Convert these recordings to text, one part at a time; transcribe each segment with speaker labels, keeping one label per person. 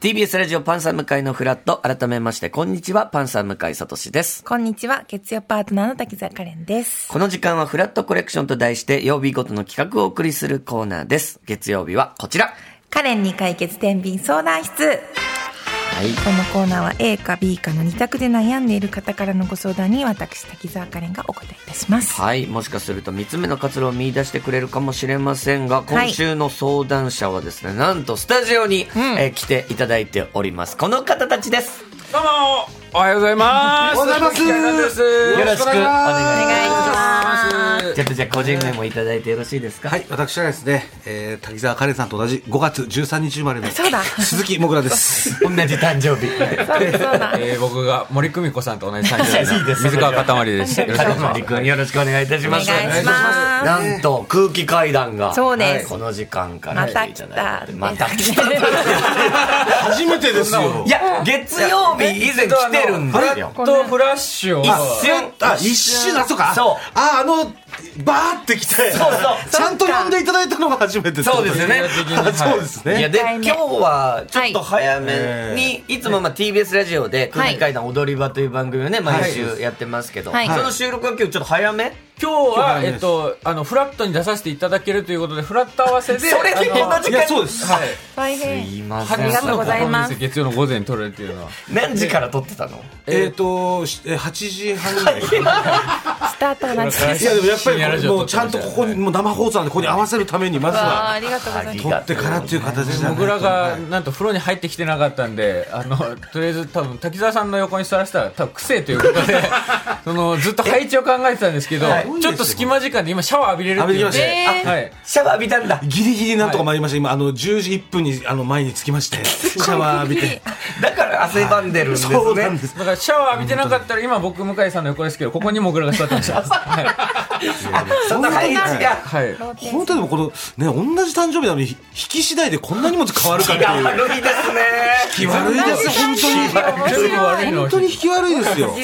Speaker 1: TBS ラジオパンサー向井のフラット。改めまして、こんにちは。パンサー向井聡です。
Speaker 2: こんにちは、月曜パートナーの滝沢カレンです。
Speaker 1: この時間はフラットコレクションと題して、曜日ごとの企画をお送りするコーナーです。月曜日はこちら。
Speaker 2: カレンに解決天秤相談室。
Speaker 1: はい。
Speaker 2: このコーナーは A か B かの二択で悩んでいる方からのご相談に私、滝沢カレンがお答えいたします。
Speaker 1: はい。もしかすると3つ目の活路を見出してくれるかもしれませんが、今週の相談者はですね、なんとスタジオに、
Speaker 2: ん
Speaker 1: えー来ていただいております。この方たちです。
Speaker 3: どうもおはようございます。
Speaker 4: おはようございます
Speaker 3: キャナです。
Speaker 1: よろしくお願いし
Speaker 2: ますお願いし
Speaker 1: ます。ちょっとじゃあ個人名もいただいてよろしいですか
Speaker 4: はい、私はですね、えー、滝沢カレンさんと同じ5月13日生まれの
Speaker 2: そうだ
Speaker 4: 鈴木もぐらです。
Speaker 1: 同じ誕生日。
Speaker 2: そうそうだ。
Speaker 3: えー、僕が森久美子さんと同じ誕生
Speaker 1: いい
Speaker 3: 日
Speaker 1: で
Speaker 3: の
Speaker 1: す
Speaker 3: 水川かたまりです。よろしくお願いしま
Speaker 1: 金森君よろしくお願いいたします。
Speaker 2: お願いします
Speaker 1: なんと空気階段が
Speaker 2: そうです
Speaker 1: この時間から
Speaker 2: ま
Speaker 1: 来
Speaker 2: た
Speaker 1: てい
Speaker 2: 来
Speaker 1: ただい
Speaker 2: た
Speaker 1: て。。また来た。
Speaker 4: 初めてですよ
Speaker 1: い。や月曜日以前来てるんですよ。
Speaker 3: す。とフラッシュを。
Speaker 1: 一瞬
Speaker 4: あ、一瞬、あ、そうか。
Speaker 1: そう
Speaker 4: あ、あの、バーって来て、
Speaker 1: そうそう
Speaker 4: ちゃんと呼んでいただいたのが初めて
Speaker 1: そうですよね
Speaker 4: あそうです
Speaker 1: いや
Speaker 4: ね。
Speaker 1: で
Speaker 2: 一回
Speaker 1: 今
Speaker 2: 目
Speaker 1: 日はちょっと早め
Speaker 4: は
Speaker 1: にいつもまあ TBS ラジオで空気階段踊り場という番組をね毎週やってますけど、
Speaker 2: はい
Speaker 1: その収録は今日ちょっと早め。
Speaker 3: 今日は
Speaker 4: 今日は
Speaker 3: えっとあのフラットに出させていただけるということでフラット合わせで。
Speaker 1: それで
Speaker 3: あの
Speaker 1: この時
Speaker 4: い
Speaker 1: 間
Speaker 4: や、
Speaker 1: に
Speaker 4: そうです。
Speaker 3: はい。
Speaker 2: 大
Speaker 1: す
Speaker 2: 変。
Speaker 1: いません。
Speaker 3: 初
Speaker 2: がとうございます
Speaker 3: の試みです月曜の午前に撮れるっていうのは。
Speaker 1: 何時から撮ってたの？
Speaker 4: えっと、しえー8時半ぐらい。
Speaker 2: スタートが同じです。
Speaker 4: いや、でもやっぱ
Speaker 3: 深夜ラ
Speaker 4: り
Speaker 3: ジ
Speaker 4: こ
Speaker 3: オ
Speaker 4: う、もうちゃんとここに、もう生放送なんで、ここに合わせるために、まず
Speaker 2: わあ、
Speaker 4: は、
Speaker 2: ありがとうございます。
Speaker 4: 撮ってからっていう形で。
Speaker 3: 僕らがなんと風呂に入ってきてなかったんで、あのとりあえず多分滝沢さんの横に座らせたら多分癖ということで、そのずっと配置を考えてたんですけど
Speaker 1: はい、
Speaker 3: ちょっと隙間時間で今シャワー浴びれるっていうので
Speaker 2: 浴びれました
Speaker 3: あはい。
Speaker 1: シャワー浴びたんだ。
Speaker 4: ギリギリなんとか参りました。今、あの、10時1分に、あの、前に着きま して、シャワー浴びて。
Speaker 1: だから汗ばんでるんですね。
Speaker 4: そうなんです。
Speaker 3: だからシャワー浴びてなかったら今僕向井さんの横ですけどここにもぐらが座ってましたはい、
Speaker 1: そんな配置が。
Speaker 3: はい、
Speaker 4: 本当にでもこの、ね、同じ誕生日なのに、引き次第でこんなにも変わるかって
Speaker 1: 気が
Speaker 4: いう。
Speaker 1: 悪いですね。
Speaker 4: 引き悪いです、本
Speaker 2: 面
Speaker 3: 全部
Speaker 2: 白い。
Speaker 3: 悪いの
Speaker 4: 当に。本当に引き悪いですよ。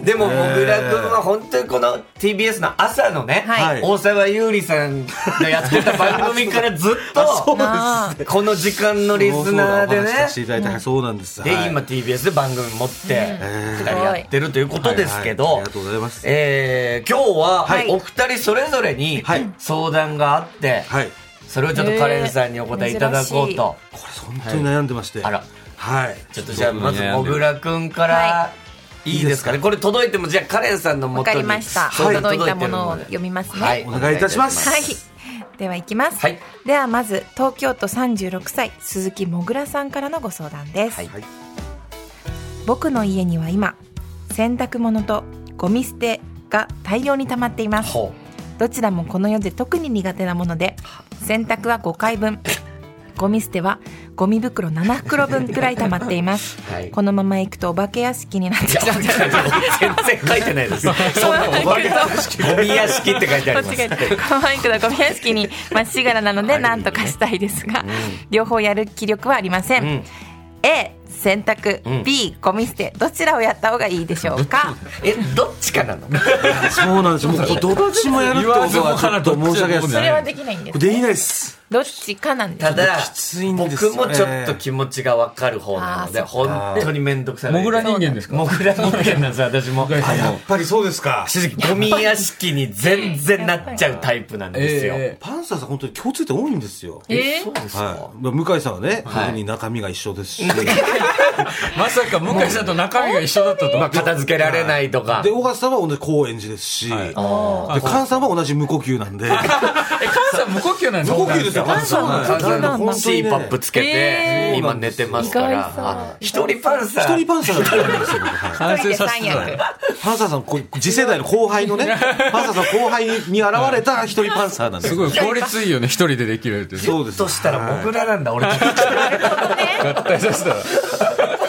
Speaker 2: 13
Speaker 1: でも、もぐらくんは本当にこの TBS の朝のね、
Speaker 2: はい
Speaker 1: 大沢優里さんがやってた番組からずっと、
Speaker 2: な
Speaker 1: この時間のリスナーでね、
Speaker 4: ね。そうなんです。
Speaker 1: で、
Speaker 4: はい
Speaker 1: 今 TBS で番組持って、二人やってるということですけ
Speaker 4: はいは
Speaker 1: ど
Speaker 4: いありがとうございま、す
Speaker 1: えー今日
Speaker 2: はい
Speaker 1: はお二人それぞれに
Speaker 4: はい
Speaker 1: 相談があって、
Speaker 4: はい。
Speaker 1: それをちょっとカレンさんにお答えいただこうと。
Speaker 4: これ本当に悩んでまして。
Speaker 1: あら。
Speaker 4: はい。
Speaker 1: ちょっとじゃあまず小倉くんから
Speaker 2: はい
Speaker 1: いいですかね。これ届いてもじゃあカレンさんの
Speaker 2: わ
Speaker 1: 元
Speaker 2: か
Speaker 1: に
Speaker 2: りました。
Speaker 1: 相談
Speaker 2: 届いた
Speaker 1: て
Speaker 2: も
Speaker 1: る
Speaker 2: のを
Speaker 1: で
Speaker 2: 読みますね。
Speaker 1: はい、
Speaker 4: お願いいたします
Speaker 2: はい。では行きます。
Speaker 1: はい
Speaker 2: ではまず東京都36歳鈴木もぐらさんからのご相談です。
Speaker 1: はい
Speaker 2: 僕の家には今洗濯物とゴミ捨てが大量に溜まっています。
Speaker 1: ほ
Speaker 2: どちらもこの世で特に苦手なもので洗濯は5回分。ゴミ捨てはゴミ袋7袋分くらい溜まっています。
Speaker 1: う。はい。
Speaker 2: このまま行くとお化け屋敷になってしま
Speaker 1: 全
Speaker 2: う。
Speaker 1: 然書いてない です。そんなお化け屋敷ゴミ屋敷って書いてあります。
Speaker 2: 間違えた。可愛くなゴミ屋敷にまっしぐらなのでなんとかしたいですが、両方やる気力はありません。
Speaker 1: うん
Speaker 2: A 洗濯、
Speaker 1: うん
Speaker 2: B ゴミ捨てどちらをやった方がいいでしょうか。
Speaker 1: え、どっちかなの
Speaker 4: そうなんですよ。もうこれどっちもやるってことはちょっと申し訳ないです。
Speaker 2: それはできないんで
Speaker 4: こ
Speaker 2: す。
Speaker 4: れできないです。
Speaker 2: どっちかなんです
Speaker 1: た。だ
Speaker 4: きついんです
Speaker 1: 僕
Speaker 4: よ
Speaker 1: もちょっと気持ちがわかる方なので、
Speaker 2: あー
Speaker 1: 本当に面倒くさい。
Speaker 3: もぐら人間ですか
Speaker 1: もぐら人間なんです、私も。
Speaker 3: 向井さん
Speaker 4: や
Speaker 3: も
Speaker 4: っぱりそうですか。
Speaker 1: 正直、ゴミ屋敷に全然なっちゃうタイプなんですよ。
Speaker 3: え
Speaker 4: パンサーさん本当に共通点多いんですよ。
Speaker 2: え
Speaker 1: そうですか、
Speaker 4: はい。向井さんはね、
Speaker 1: はい
Speaker 4: 特に中身が一緒ですし。
Speaker 3: ーまさか向井さんと中身が一緒だったと
Speaker 1: まあ、片付けられないとか。
Speaker 4: で、小川さんは同じ高円寺ですし、で、
Speaker 1: あ
Speaker 4: 菅さんは同じ無呼吸なんで、
Speaker 3: え菅さん無呼吸なんです
Speaker 4: 無
Speaker 3: か
Speaker 4: 呼吸ですよ、菅さん
Speaker 1: ー、
Speaker 2: そう
Speaker 1: 完
Speaker 2: な
Speaker 1: の
Speaker 2: ん
Speaker 1: 本
Speaker 2: だ
Speaker 1: シーパップつけて、
Speaker 2: え
Speaker 4: ー
Speaker 1: 今寝てますか
Speaker 2: 意
Speaker 1: ら。
Speaker 2: 外そう
Speaker 1: あ一人パンサ
Speaker 4: 一人
Speaker 1: ー。
Speaker 4: パンサーだったんですよ、僕はい
Speaker 3: 完
Speaker 2: 一人
Speaker 3: 成
Speaker 2: で
Speaker 3: させ
Speaker 2: 三
Speaker 3: てた
Speaker 2: 役
Speaker 3: の。
Speaker 4: パンサーさん、こう次世代の後輩のね、パンサーさん後輩に現れた一人パンサーなんです
Speaker 3: す
Speaker 4: よ。
Speaker 3: ごい効率いいよね一人でできるってね
Speaker 4: そうです。
Speaker 1: としたら、僕らなんだ、俺。
Speaker 3: 合体させたら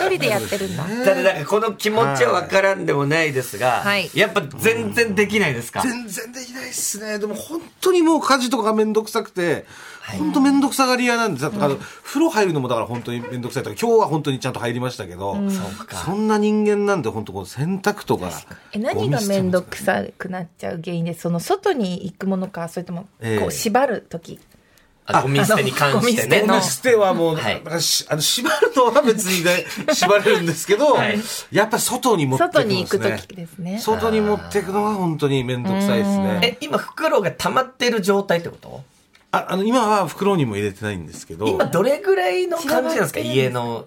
Speaker 2: 一人でやってるんだ。
Speaker 1: ただ、なんかこの気持ちはわからんでもないですが、
Speaker 2: はい
Speaker 1: やっぱ全然できないですか、
Speaker 4: 全然できないっすね。でも本当にもう家事とかがめんどくさくて、本当めんどくさがり屋なんですだから、風呂入るのもだから本当にめんどくさいとか、今日は本当にちゃんと入りましたけど、そんな人間なんで本当こう洗濯とか。
Speaker 2: え何が面倒くさくなっちゃう原因でその外に行くものかそれともこ
Speaker 4: ええ
Speaker 2: う縛る時
Speaker 1: あゴミ捨てに関してね
Speaker 2: あ。の
Speaker 4: ゴミ捨てはもう、
Speaker 1: はい
Speaker 4: なんかしあの縛るのは別にね、縛れるんですけど、
Speaker 1: はい
Speaker 4: やっぱ外に持ってく
Speaker 2: 外
Speaker 4: ん
Speaker 2: に
Speaker 4: で
Speaker 2: 行く
Speaker 4: すね。
Speaker 2: 時ですね
Speaker 4: 外に持ってくのは本当にめんどくさいですね。
Speaker 1: え、今、袋が溜まってる状態ってこと
Speaker 4: ああの、今は袋にも入れてないんですけど、
Speaker 1: 今、どれぐらいの感じなんですか
Speaker 2: 散らばってるんですか
Speaker 1: 家の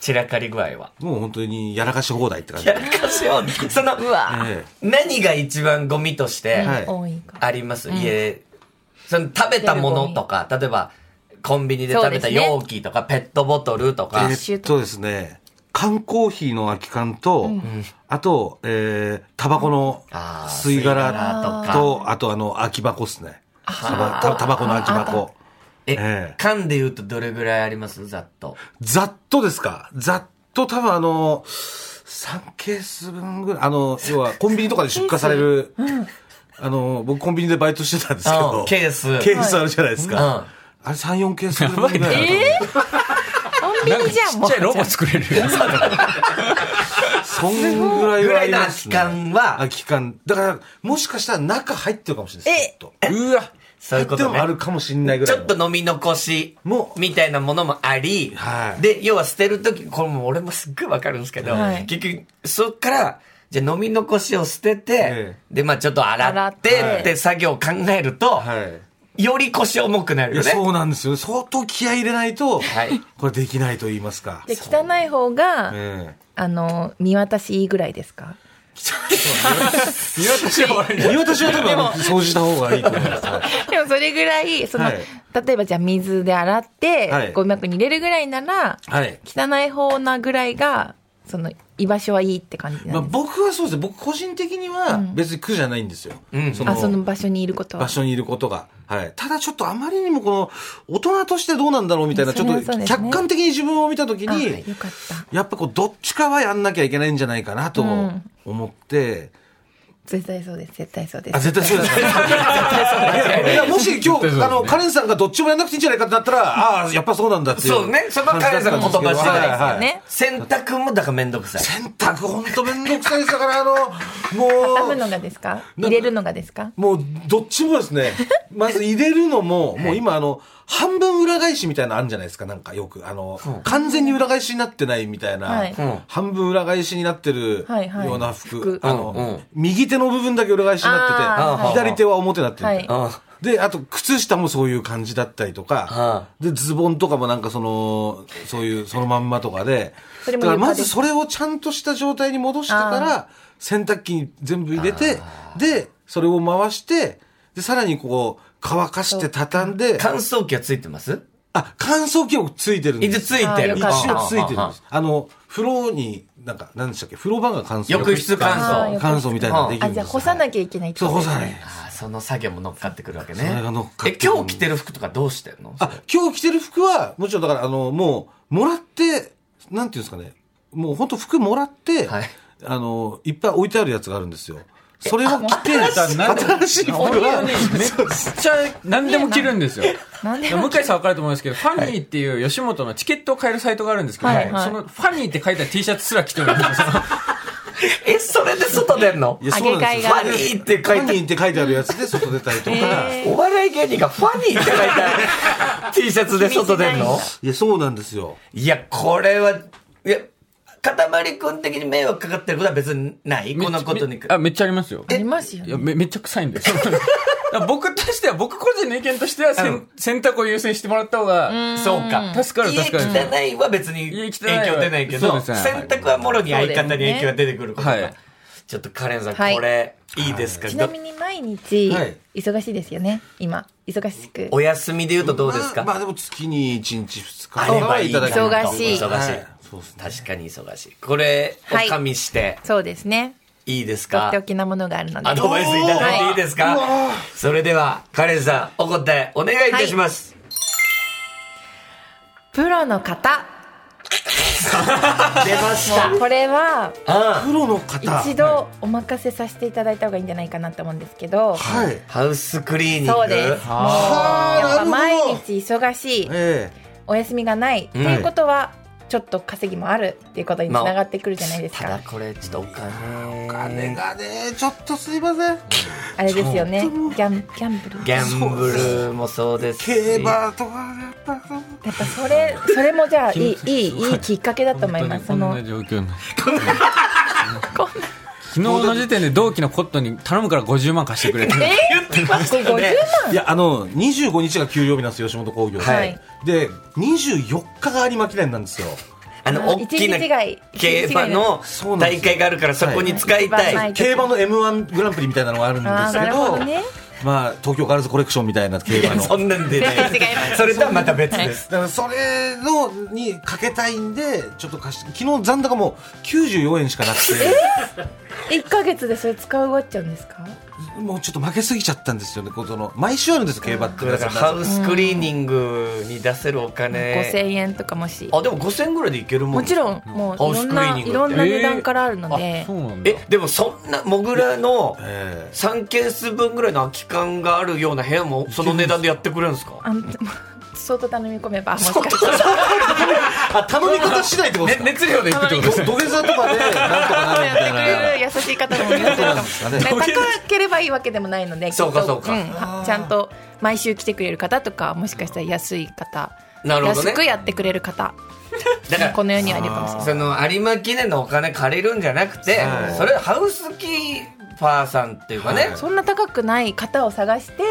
Speaker 1: 散らかり具合は。
Speaker 4: もう本当にやらかし放題って感じ
Speaker 1: や。ら かしを、その、
Speaker 2: うわ、
Speaker 4: え
Speaker 1: 何が一番ゴミとして
Speaker 4: はい
Speaker 2: 多いか
Speaker 1: あります、家。その食べたものとか、例えば、コンビニで食べた
Speaker 2: そうですね
Speaker 1: 容器とか、ペットボトルとか
Speaker 4: え、えっとですね、缶コーヒーの空き缶と、あと、えー、タバコの
Speaker 1: あー
Speaker 4: 吸い殻
Speaker 1: 吸い殻と
Speaker 4: と、あとあの、空き箱ですね。タバタタバコの空き箱。
Speaker 1: え、
Speaker 4: ええ
Speaker 1: 缶で言うとどれぐらいありますざっと。
Speaker 4: ざっとですかざっと多分あの、3ケース分ぐらい、あの、要はコンビニとかで出荷される、あの、僕コンビニでバイトしてたんですけ
Speaker 1: うん
Speaker 4: ど、
Speaker 1: ケース
Speaker 4: ケースあるじゃないです
Speaker 1: はいうん
Speaker 4: か。あれ3、4ケース分ぐらいあると思う
Speaker 2: コンビニじゃ
Speaker 3: ち
Speaker 2: も
Speaker 3: っ
Speaker 2: う
Speaker 3: ちゃいロボ作れるよ。
Speaker 4: そんぐらいはあります、ね。
Speaker 1: ぐらいの空き缶は
Speaker 4: 空き缶。だから、もしかしたら中入ってるかもしれないです。ちょっと
Speaker 3: うわ。
Speaker 1: そういうこ
Speaker 4: で
Speaker 1: と
Speaker 4: も
Speaker 1: ね
Speaker 4: あ。るかもしれないぐ
Speaker 1: ち
Speaker 4: らい
Speaker 1: ょ
Speaker 4: の。
Speaker 1: っと飲み残し
Speaker 4: もう
Speaker 1: みたいなものもあり、
Speaker 4: はい
Speaker 1: で、要は捨てるとき、これも俺もすっごいわかるんですけど、
Speaker 2: はい
Speaker 1: 結局、そっから、じゃあ飲み残しを捨てて、
Speaker 4: え
Speaker 1: で、まあちょっと洗って
Speaker 2: 洗
Speaker 1: っ
Speaker 2: って
Speaker 1: て作業を考えると、
Speaker 4: はい。
Speaker 1: より腰重くなる
Speaker 4: い
Speaker 1: よ
Speaker 4: や、
Speaker 1: ね。
Speaker 4: そうなんですよね。相当気合い入れないと、
Speaker 1: はい
Speaker 4: これできないと言いますか。
Speaker 2: で汚い方が、
Speaker 4: ええ
Speaker 2: あの見渡しいいぐらいです か
Speaker 3: 見渡しは悪いんだ
Speaker 4: 見渡しは多分あの掃除した方がいいと思います。はい
Speaker 2: でもそれぐらいその、
Speaker 4: はい
Speaker 2: 例えばじゃあ水で洗って、
Speaker 4: はい
Speaker 2: ゴミ箱に入れるぐらいなら
Speaker 4: はい。
Speaker 2: 汚い方なぐらいがその居場所はいいって感じ
Speaker 4: ま
Speaker 2: な
Speaker 4: あ、
Speaker 2: んです、
Speaker 4: 僕はそうですね。僕個人的には別に苦じゃないんですよ。そ
Speaker 2: あその場所にいることは
Speaker 4: 場所にいることが。はい。ただちょっとあまりにもこの、大人としてどうなんだろうみたいな、ち
Speaker 2: そ
Speaker 4: ょ
Speaker 2: れは
Speaker 4: っと
Speaker 2: そうですね
Speaker 4: 客観的に自分を見たとき
Speaker 2: あ
Speaker 4: に、
Speaker 2: よかった
Speaker 4: やっぱこう、どっちかはやんなきゃいけないんじゃないかなと
Speaker 2: うん
Speaker 4: 思って、
Speaker 2: 絶対そうです絶対そうで
Speaker 4: あ、
Speaker 2: す
Speaker 4: 絶対そうですね。 いやいや、もし
Speaker 3: 対そ
Speaker 4: 今
Speaker 3: うです
Speaker 4: 日、
Speaker 3: ね
Speaker 4: あの、カレンさんがどっちもやんなくていいんじゃないかってなったら、ああー、やっぱそうなんだっていう。
Speaker 1: そうねそこはカレンさんの言葉次第ですよね
Speaker 4: はいはい
Speaker 2: ね
Speaker 1: 洗濯もだからめんどくさい。
Speaker 4: 洗濯ほんとめんどくさいですだから、あの、も
Speaker 2: 畳む
Speaker 4: う、
Speaker 2: のがですか入れるのがですか
Speaker 4: もうどっちもですね、まず入れるのも、もう今あの、半分裏返しみたいなのあるんじゃないですか、なんかよく。あの、完全に裏返しになってないみたいな、
Speaker 2: はい
Speaker 1: うん
Speaker 4: 半分裏返しになってる
Speaker 2: はいはい
Speaker 4: ような服。
Speaker 2: 服
Speaker 4: あ
Speaker 1: うんう
Speaker 4: の
Speaker 1: ん、
Speaker 4: 右手の部分だけ裏返しになって
Speaker 1: あー
Speaker 4: て、左手は表になってるみたいな。
Speaker 2: はい
Speaker 1: あ
Speaker 4: で、あと、靴下もそういう感じだったりとか、で、ズボンとかもなんかその、そういう、そのまんまとかで、
Speaker 2: それ
Speaker 4: だ
Speaker 2: も床
Speaker 4: から
Speaker 2: で
Speaker 4: まずそれをちゃんとした状態に戻してから、洗濯機に全部入れて、で、それを回して、で、さらにこう、乾かして畳んで、
Speaker 1: 乾燥機はついてます
Speaker 4: あ、乾燥機をついてるんで
Speaker 1: 水
Speaker 4: す。
Speaker 1: ついてる。
Speaker 2: あよ
Speaker 4: 一
Speaker 2: かった
Speaker 4: 応ついてるんです。あの、風呂に、なんか、何でしたっけ風呂場が乾燥。
Speaker 1: 浴室乾
Speaker 2: あー
Speaker 1: 燥
Speaker 2: よ。
Speaker 4: 乾燥みたいなのができる
Speaker 2: あ
Speaker 4: ん
Speaker 2: じ
Speaker 4: で
Speaker 2: ゃあ
Speaker 4: す。
Speaker 2: 干さなきゃいけないって
Speaker 4: そう、
Speaker 2: こ
Speaker 4: 干
Speaker 2: と
Speaker 4: さない。
Speaker 1: あーその作業も乗っかってくるわけね。
Speaker 4: それが乗っかって
Speaker 1: え、
Speaker 4: くる
Speaker 1: 今日着てる服とかどうしてんの
Speaker 4: あ、今日着てる服は、もちろんだから、あの、もう、もらって、なんていうんですかね、もう本当服もらって、
Speaker 1: はい
Speaker 4: あの、いっぱい置いてあるやつがあるんですよ。それを着て、新しい服
Speaker 3: 本当に
Speaker 4: は、
Speaker 3: めっちゃ何でも着るんですよ。
Speaker 2: なんで
Speaker 3: 向井さん分かると思うんですけど、ファニーっていう吉本のチケットを買えるサイトがあるんですけど、
Speaker 2: はいはい
Speaker 3: そのファニーって書いた T シャツすら着てるんですよ。
Speaker 1: え、それで外出んの
Speaker 4: いやそうなん
Speaker 1: フ
Speaker 2: 上げ替
Speaker 4: ですよ
Speaker 2: えがあ
Speaker 1: ァ
Speaker 2: る
Speaker 1: ニーって
Speaker 4: フ
Speaker 1: 書い
Speaker 4: ァ
Speaker 1: て
Speaker 4: ニーって書いてあるやつで外出たりとか、
Speaker 2: え
Speaker 1: お笑い芸人がファニーって書い た T シャツで外出んの
Speaker 4: いや、そうなんですよ。
Speaker 1: いや、これは、いや、かたまりくん的に迷惑かかってることは別にないこのことに。
Speaker 3: あ、めっちゃありますよ。
Speaker 2: ありますよ
Speaker 3: い
Speaker 2: ね
Speaker 3: やめめっちゃ臭いんですよ。だから僕としては、僕個人の意見としては、せ
Speaker 1: うん
Speaker 3: ん洗濯を優先してもらった方が、
Speaker 1: そうか。
Speaker 3: 助かる助かる
Speaker 1: 家汚いは別に
Speaker 3: 家
Speaker 1: 影
Speaker 3: 汚いは
Speaker 1: 響出ないけ
Speaker 3: そう
Speaker 1: ど、
Speaker 3: ですね
Speaker 1: 洗濯はもろに相方に
Speaker 2: そうだよね
Speaker 1: 影響が出てくること
Speaker 3: は
Speaker 1: か
Speaker 3: い。
Speaker 1: ちょっとカレンさん、
Speaker 2: はい
Speaker 1: これ、いいですか
Speaker 2: ちなみに毎日
Speaker 4: はい
Speaker 2: 忙しいですよね今忙しく
Speaker 1: お休みで言うとどうですか
Speaker 4: まあ、まあでも月に1日2日
Speaker 1: あればいいかなと
Speaker 2: 忙し
Speaker 1: 忙
Speaker 2: い
Speaker 1: しい、
Speaker 4: はいそうですね
Speaker 1: 確かに忙しいこれ
Speaker 2: はい
Speaker 1: を加味して
Speaker 2: そうですね
Speaker 1: いいです
Speaker 2: とっ
Speaker 1: か、
Speaker 2: ておきなものがあるので
Speaker 1: アドバイスいただいていいですか、
Speaker 4: はい
Speaker 1: それではカレンさんお答えお願いいたします、
Speaker 2: プロの方
Speaker 1: 出ました
Speaker 2: これは
Speaker 1: ああ
Speaker 4: プロの方。
Speaker 2: 一度お任せさせていただいた方がいいんじゃないかなと思うんですけど、
Speaker 4: はい。
Speaker 1: ハウスクリーニング
Speaker 2: そうですもう
Speaker 4: はあ
Speaker 2: やっぱ
Speaker 4: なるほど
Speaker 2: 毎日忙しい
Speaker 4: ええ
Speaker 2: お休みがない、ということはちちょっと稼ぎもあるっていうことにつ
Speaker 1: まあ
Speaker 2: ながってくるじゃないですか、
Speaker 1: ただこれちょっとお金
Speaker 4: お金がねちょっとすいません
Speaker 2: あれですよねギャンギャンブル
Speaker 1: ギャンブルもそうですし
Speaker 4: 競馬とかやっぱそう
Speaker 2: やっぱそれそれもじゃあいいいいいいきっかけだと思い
Speaker 3: 本
Speaker 2: ます
Speaker 3: 当にこ
Speaker 2: そ
Speaker 3: ん
Speaker 2: の
Speaker 3: な状況に昨日の時点で同期のコットンに頼むから50万貸してくれって
Speaker 2: えー、これ50万
Speaker 4: いやあの25日が給料日なんですよ吉本興業で、
Speaker 2: はい
Speaker 4: で24日が有馬記念なんですよ
Speaker 1: あの大きな
Speaker 2: 一日違い
Speaker 1: 競馬の
Speaker 4: そうなんで
Speaker 1: 大
Speaker 4: す
Speaker 1: 会があるからそこに使いたい、
Speaker 2: はい
Speaker 4: 競馬の m 1グランプリみたいなのがあるんで
Speaker 2: ああ
Speaker 4: す
Speaker 2: な
Speaker 4: け
Speaker 2: るほ
Speaker 4: ど
Speaker 2: どね
Speaker 4: まあ東京ガールズコレクションみたいな競馬の
Speaker 1: そんなんでね
Speaker 2: 全然違 います
Speaker 1: それとはまた別です、
Speaker 4: だからそれのにかけたいんでちょっと貸して昨日残高もう94円しかなくて、
Speaker 2: 一ヶ月でそれ使い終わっちゃうんですか
Speaker 4: もうちょっと負けすぎちゃったんですよねこの毎週あるんですよ競馬って
Speaker 1: だからハウスクリーニングに出せるお金、
Speaker 2: 五千円とかもし
Speaker 1: あでも5000ぐらいでいけるもん
Speaker 2: もちろんもう
Speaker 1: ハ
Speaker 2: い
Speaker 1: ウ
Speaker 2: ろ
Speaker 1: ス
Speaker 2: ん
Speaker 1: クリー
Speaker 2: な
Speaker 1: ニング
Speaker 2: いろんな値段からあるの
Speaker 3: あ
Speaker 2: で
Speaker 3: そうなんだ
Speaker 1: えでもそんなモグラの
Speaker 4: ええ
Speaker 1: 3ケース分ぐらいの空き缶があるような部屋もその値段でやってくれるんですか
Speaker 2: あん たも相当頼み込めばもしかして
Speaker 4: あ頼み方次第ってことですか、
Speaker 3: 熱量でいくってことです
Speaker 4: ど土下座と かでなんとかなるみたいな
Speaker 2: やってくれる優しい方もいらっしゃるかも
Speaker 4: そうなんですか
Speaker 2: 高ければいいわけでもないので
Speaker 1: そうか
Speaker 2: きっと
Speaker 1: そうか
Speaker 2: んはちゃんと毎週来てくれる方とかもしかしたら安い方
Speaker 1: なるほどね
Speaker 2: 安くやってくれる方
Speaker 1: だから
Speaker 2: この世にはいるかもしれない
Speaker 1: その有馬記念のお金借りるんじゃなくて
Speaker 4: そう
Speaker 1: それハウスキーパーさんっていうかね、
Speaker 4: はい
Speaker 2: そんな高くない方を探して、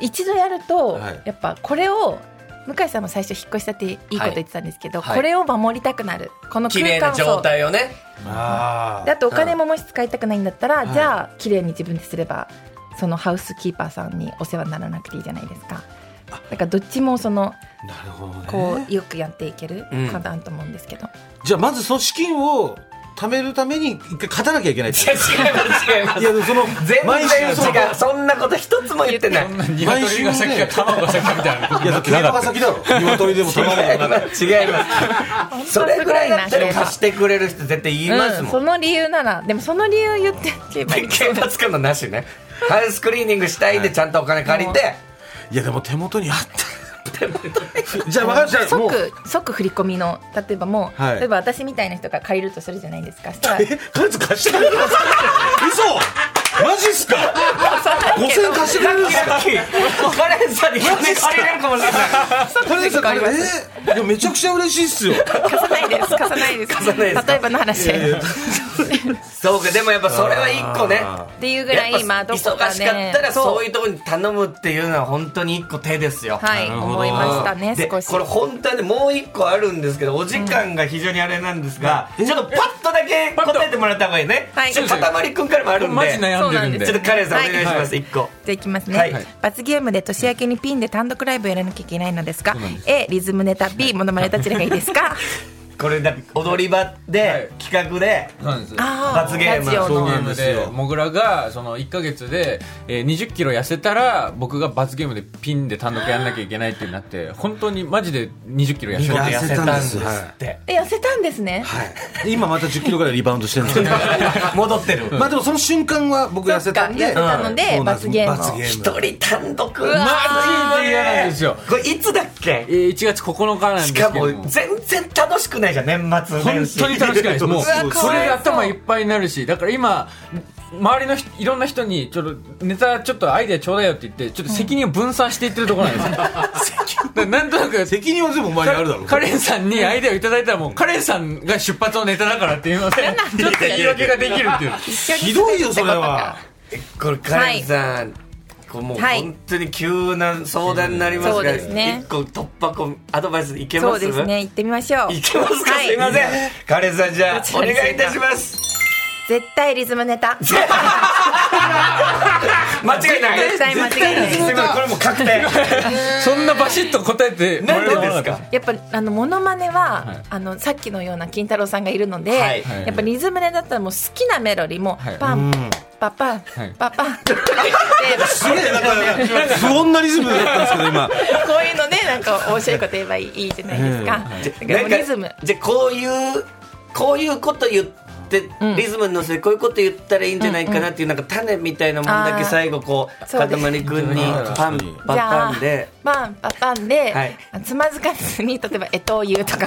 Speaker 2: 一度やると、
Speaker 4: はい
Speaker 2: やっぱこれを向井さんも最初引っ越したっていいこと言ってたんですけど、
Speaker 1: はい
Speaker 2: これを守りたくなるこの
Speaker 1: 綺
Speaker 2: 空
Speaker 1: 麗な
Speaker 2: 間
Speaker 1: 状
Speaker 2: を
Speaker 1: 態を ね
Speaker 4: あ
Speaker 2: であとお金ももし使いたくないんだったら、
Speaker 4: うん
Speaker 2: じゃあ綺麗に自分ですればそのハウスキーパーさんにお世話にならなくていいじゃないですか。だからどっちもその
Speaker 4: あなるほどね
Speaker 2: こうよくやっていける
Speaker 1: うん
Speaker 2: かなと思うんですけど、
Speaker 4: じゃあまずその資金を貯めるために一回勝たなきゃいけないって ことです
Speaker 1: 違います違いま
Speaker 4: いやでもその
Speaker 1: 全
Speaker 4: 毎週
Speaker 1: 然
Speaker 4: その
Speaker 1: 違うそんなこと一つも言ってない
Speaker 3: そんな鶏が先か卵が先かみたいなこと
Speaker 4: いや競馬が先だろ鶏でも卵でもなく
Speaker 1: 違いますそれぐらいだったら貸してくれる人絶対言います
Speaker 2: うん、
Speaker 1: も
Speaker 2: そ
Speaker 1: ん、
Speaker 2: の理由ならでもその理由言 ってけばいい
Speaker 1: 警察官のなしねハウスクリーニングしたいでちゃんとお金借りて、
Speaker 4: いやでも手元にあったじゃあ分かり ましたもう
Speaker 2: 即即振り込みの例えばもう、
Speaker 4: はい
Speaker 2: 例えば私みたいな人が借りるとするじゃないですか したら
Speaker 4: えカズ貸してくれるんですか嘘マジっすか五千貸してくれるんですか
Speaker 1: ラッキー カレンさんに金借りれるかもしれない
Speaker 4: カレンさんこれえーいやめちゃくちゃ嬉しいっすよ
Speaker 2: 貸さないです貸さないです
Speaker 1: さないですか
Speaker 2: 例えばの話で、
Speaker 1: そうかでもやっぱそれは一個ね
Speaker 2: っていうぐら
Speaker 1: やっ
Speaker 2: い
Speaker 1: ぱ
Speaker 2: まあどこ
Speaker 1: 忙
Speaker 2: かね
Speaker 1: しかったら
Speaker 2: そう
Speaker 1: そういうとこに頼むっていうのは本当に一個手ですよ
Speaker 2: はい
Speaker 4: なるほど
Speaker 2: 思いましたね
Speaker 1: で
Speaker 2: 少し
Speaker 1: これ本当はねもう一個あるんですけどお時間が非常にあれなんですが、ちょっとパッとだけ答えてもらった方がいいね
Speaker 2: はい
Speaker 1: ちょっとかたまりくんからもあるんで
Speaker 3: マジ悩んでるん
Speaker 2: そうなんで
Speaker 3: です
Speaker 1: ちょっとカレンさんお願いします、
Speaker 3: は
Speaker 1: 一個
Speaker 2: じゃあいきますね、
Speaker 1: はい
Speaker 2: 罰ゲームで年明けにピンで単独ライブをやらなきゃいけないのですが
Speaker 3: うなんで
Speaker 2: A リズムネタ B モノマネどちらがいいで すか
Speaker 1: これだ踊り場で、
Speaker 3: はい
Speaker 1: 企画で
Speaker 3: そうなんです
Speaker 2: あー
Speaker 1: 罰ゲーム
Speaker 2: ラジオ
Speaker 4: そう
Speaker 2: の
Speaker 4: な
Speaker 3: ゲ
Speaker 4: ん
Speaker 3: ーム
Speaker 4: です
Speaker 3: で
Speaker 4: よ
Speaker 3: モグラがその1か月でえー20キロ痩せたら僕が罰ゲームでピンで単独やんなきゃいけないってなって本当にマジで20キロ痩せ
Speaker 1: ちょっと
Speaker 3: た
Speaker 1: 痩せたんですって、
Speaker 2: え痩せたんですね
Speaker 4: はい今また10キロぐらいリバウンドしてるんですけど
Speaker 1: 戻ってる
Speaker 4: まあでもその瞬間は僕痩せたん
Speaker 2: そ
Speaker 4: で
Speaker 2: っか痩せたので
Speaker 4: そうなんす
Speaker 2: 罰ゲームを
Speaker 4: 罰ゲーム
Speaker 1: 一人単独マ
Speaker 3: マジで嫌なんですよ
Speaker 1: これいつだっけ
Speaker 3: えー1月9日なんです
Speaker 1: し
Speaker 3: けど
Speaker 1: かも全然楽しくないじゃん年末
Speaker 3: 本
Speaker 1: 年
Speaker 3: 当に楽しくないですもう
Speaker 4: うわ
Speaker 3: それで頭いっぱいになるしだから今周りの人いろんな人にちょっとネタちょっとアイデアちょうだいよって言ってちょっと責任を分散していってるところなんですよだからなんとなく
Speaker 4: 責任は全部お前にあるだろ
Speaker 3: カレンさんにアイデアをいただいたらもうカレンさんが出発のネタだからって いうのでちょっと言い訳ができるっていう
Speaker 4: ひどいよそれは
Speaker 1: これカレンさん、これもう
Speaker 2: はい
Speaker 1: 本当に急な相談になりますが、
Speaker 2: そうですね
Speaker 1: 一個突破口アドバイスいけ
Speaker 2: そ
Speaker 1: ま
Speaker 2: う
Speaker 1: す
Speaker 2: ですね行ってみましょう
Speaker 1: いけますか、
Speaker 2: はい
Speaker 1: すいませんカレンさんじゃあ
Speaker 2: どち
Speaker 1: お
Speaker 2: ら
Speaker 1: 願いい
Speaker 2: にするか
Speaker 1: たします
Speaker 2: 絶対リズムネタ
Speaker 1: 間違いない
Speaker 2: 絶対間違いない
Speaker 1: すいませんこれもう確定
Speaker 3: そんなバシッと答 えてもら
Speaker 1: なん
Speaker 3: える
Speaker 1: で
Speaker 3: も
Speaker 1: で
Speaker 3: のな
Speaker 1: す
Speaker 3: ん
Speaker 1: か
Speaker 2: やっぱあのモノマネは、
Speaker 3: はい
Speaker 2: あのさっきのような金太郎さんがいるので、
Speaker 1: はい
Speaker 3: はい
Speaker 2: やっぱリズムネタだったらもう好きなメロディーも、
Speaker 3: はい
Speaker 2: パンパパン、
Speaker 3: い
Speaker 2: パパンって
Speaker 4: すげえなんか不穏なリズムだったんですけど今
Speaker 2: こういうのねなんか面白いこと言えばいいいいじゃないですか。だからもうリズム
Speaker 1: じゃあこういうこういうこと言って、
Speaker 2: うん
Speaker 1: リズムに乗せてこういうこと言ったらいいんじゃないかなっていう、なんか種みたいなもんだけ
Speaker 2: あー
Speaker 1: 最後こう
Speaker 2: そう
Speaker 1: か
Speaker 2: で
Speaker 1: た
Speaker 2: す
Speaker 1: まりくんにパン
Speaker 4: じ
Speaker 1: パパンで
Speaker 2: パンパパンで、
Speaker 1: はい
Speaker 2: つまずかずに例えば「えとうゆ」とか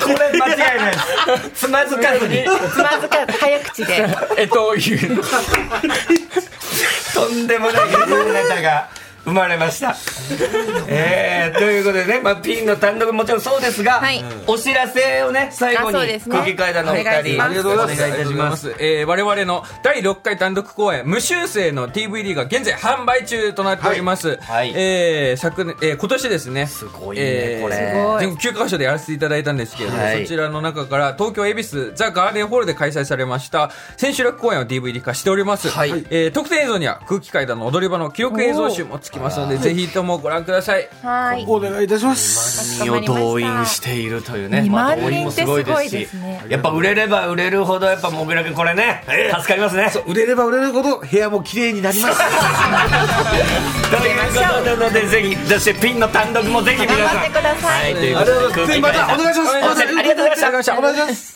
Speaker 1: これ間違いないです。つまずかずに、
Speaker 2: つまずかず早口で
Speaker 3: えっと、いう。
Speaker 1: とんでもない芸術ネタが。生まれました、 えー、ということでね、まあ、ピンの単独もちろんそうですが、
Speaker 2: はい
Speaker 1: お知らせをね最後
Speaker 2: あ
Speaker 1: に
Speaker 2: そうですね
Speaker 1: 空気階段のお二人
Speaker 2: お願いします
Speaker 4: ありがとうございま
Speaker 1: お
Speaker 4: す
Speaker 1: 願いいたします
Speaker 3: す。えー我々の第6回単独公演、無修正の TVD が現在販売中となっております。
Speaker 1: はいはい
Speaker 3: えー昨年、えー今年ですね。
Speaker 1: すごいねこれ
Speaker 2: すごい
Speaker 3: 全国9カ所でやらせていただいたんですけれども、
Speaker 1: はい
Speaker 3: そちらの中から東京恵比寿ザ・ガーデンホールで開催されました千秋楽公演を DVD 化しております、
Speaker 1: はい
Speaker 3: えー特典映像には空気階段の踊り場の記録映像集もつきますのでぜひともご覧ください
Speaker 2: はい
Speaker 4: お願いいたします。
Speaker 1: 身を動員しているというね、
Speaker 2: 二万人
Speaker 1: 動員もすごいです
Speaker 2: って
Speaker 1: し
Speaker 2: すごいですね
Speaker 1: やっぱ売れれば売れるほど、やっぱもぐらくん、これね、助かりますね。
Speaker 4: 売れれば売れるほど部屋も綺麗になります。
Speaker 1: ということなので、ぜひ、そしてピンの単独もぜひ皆さん。
Speaker 2: 頑張ってください
Speaker 1: はい、ということで、
Speaker 4: ぜひまたお願いします。
Speaker 1: お願いしますありがとうございました
Speaker 4: お願いします。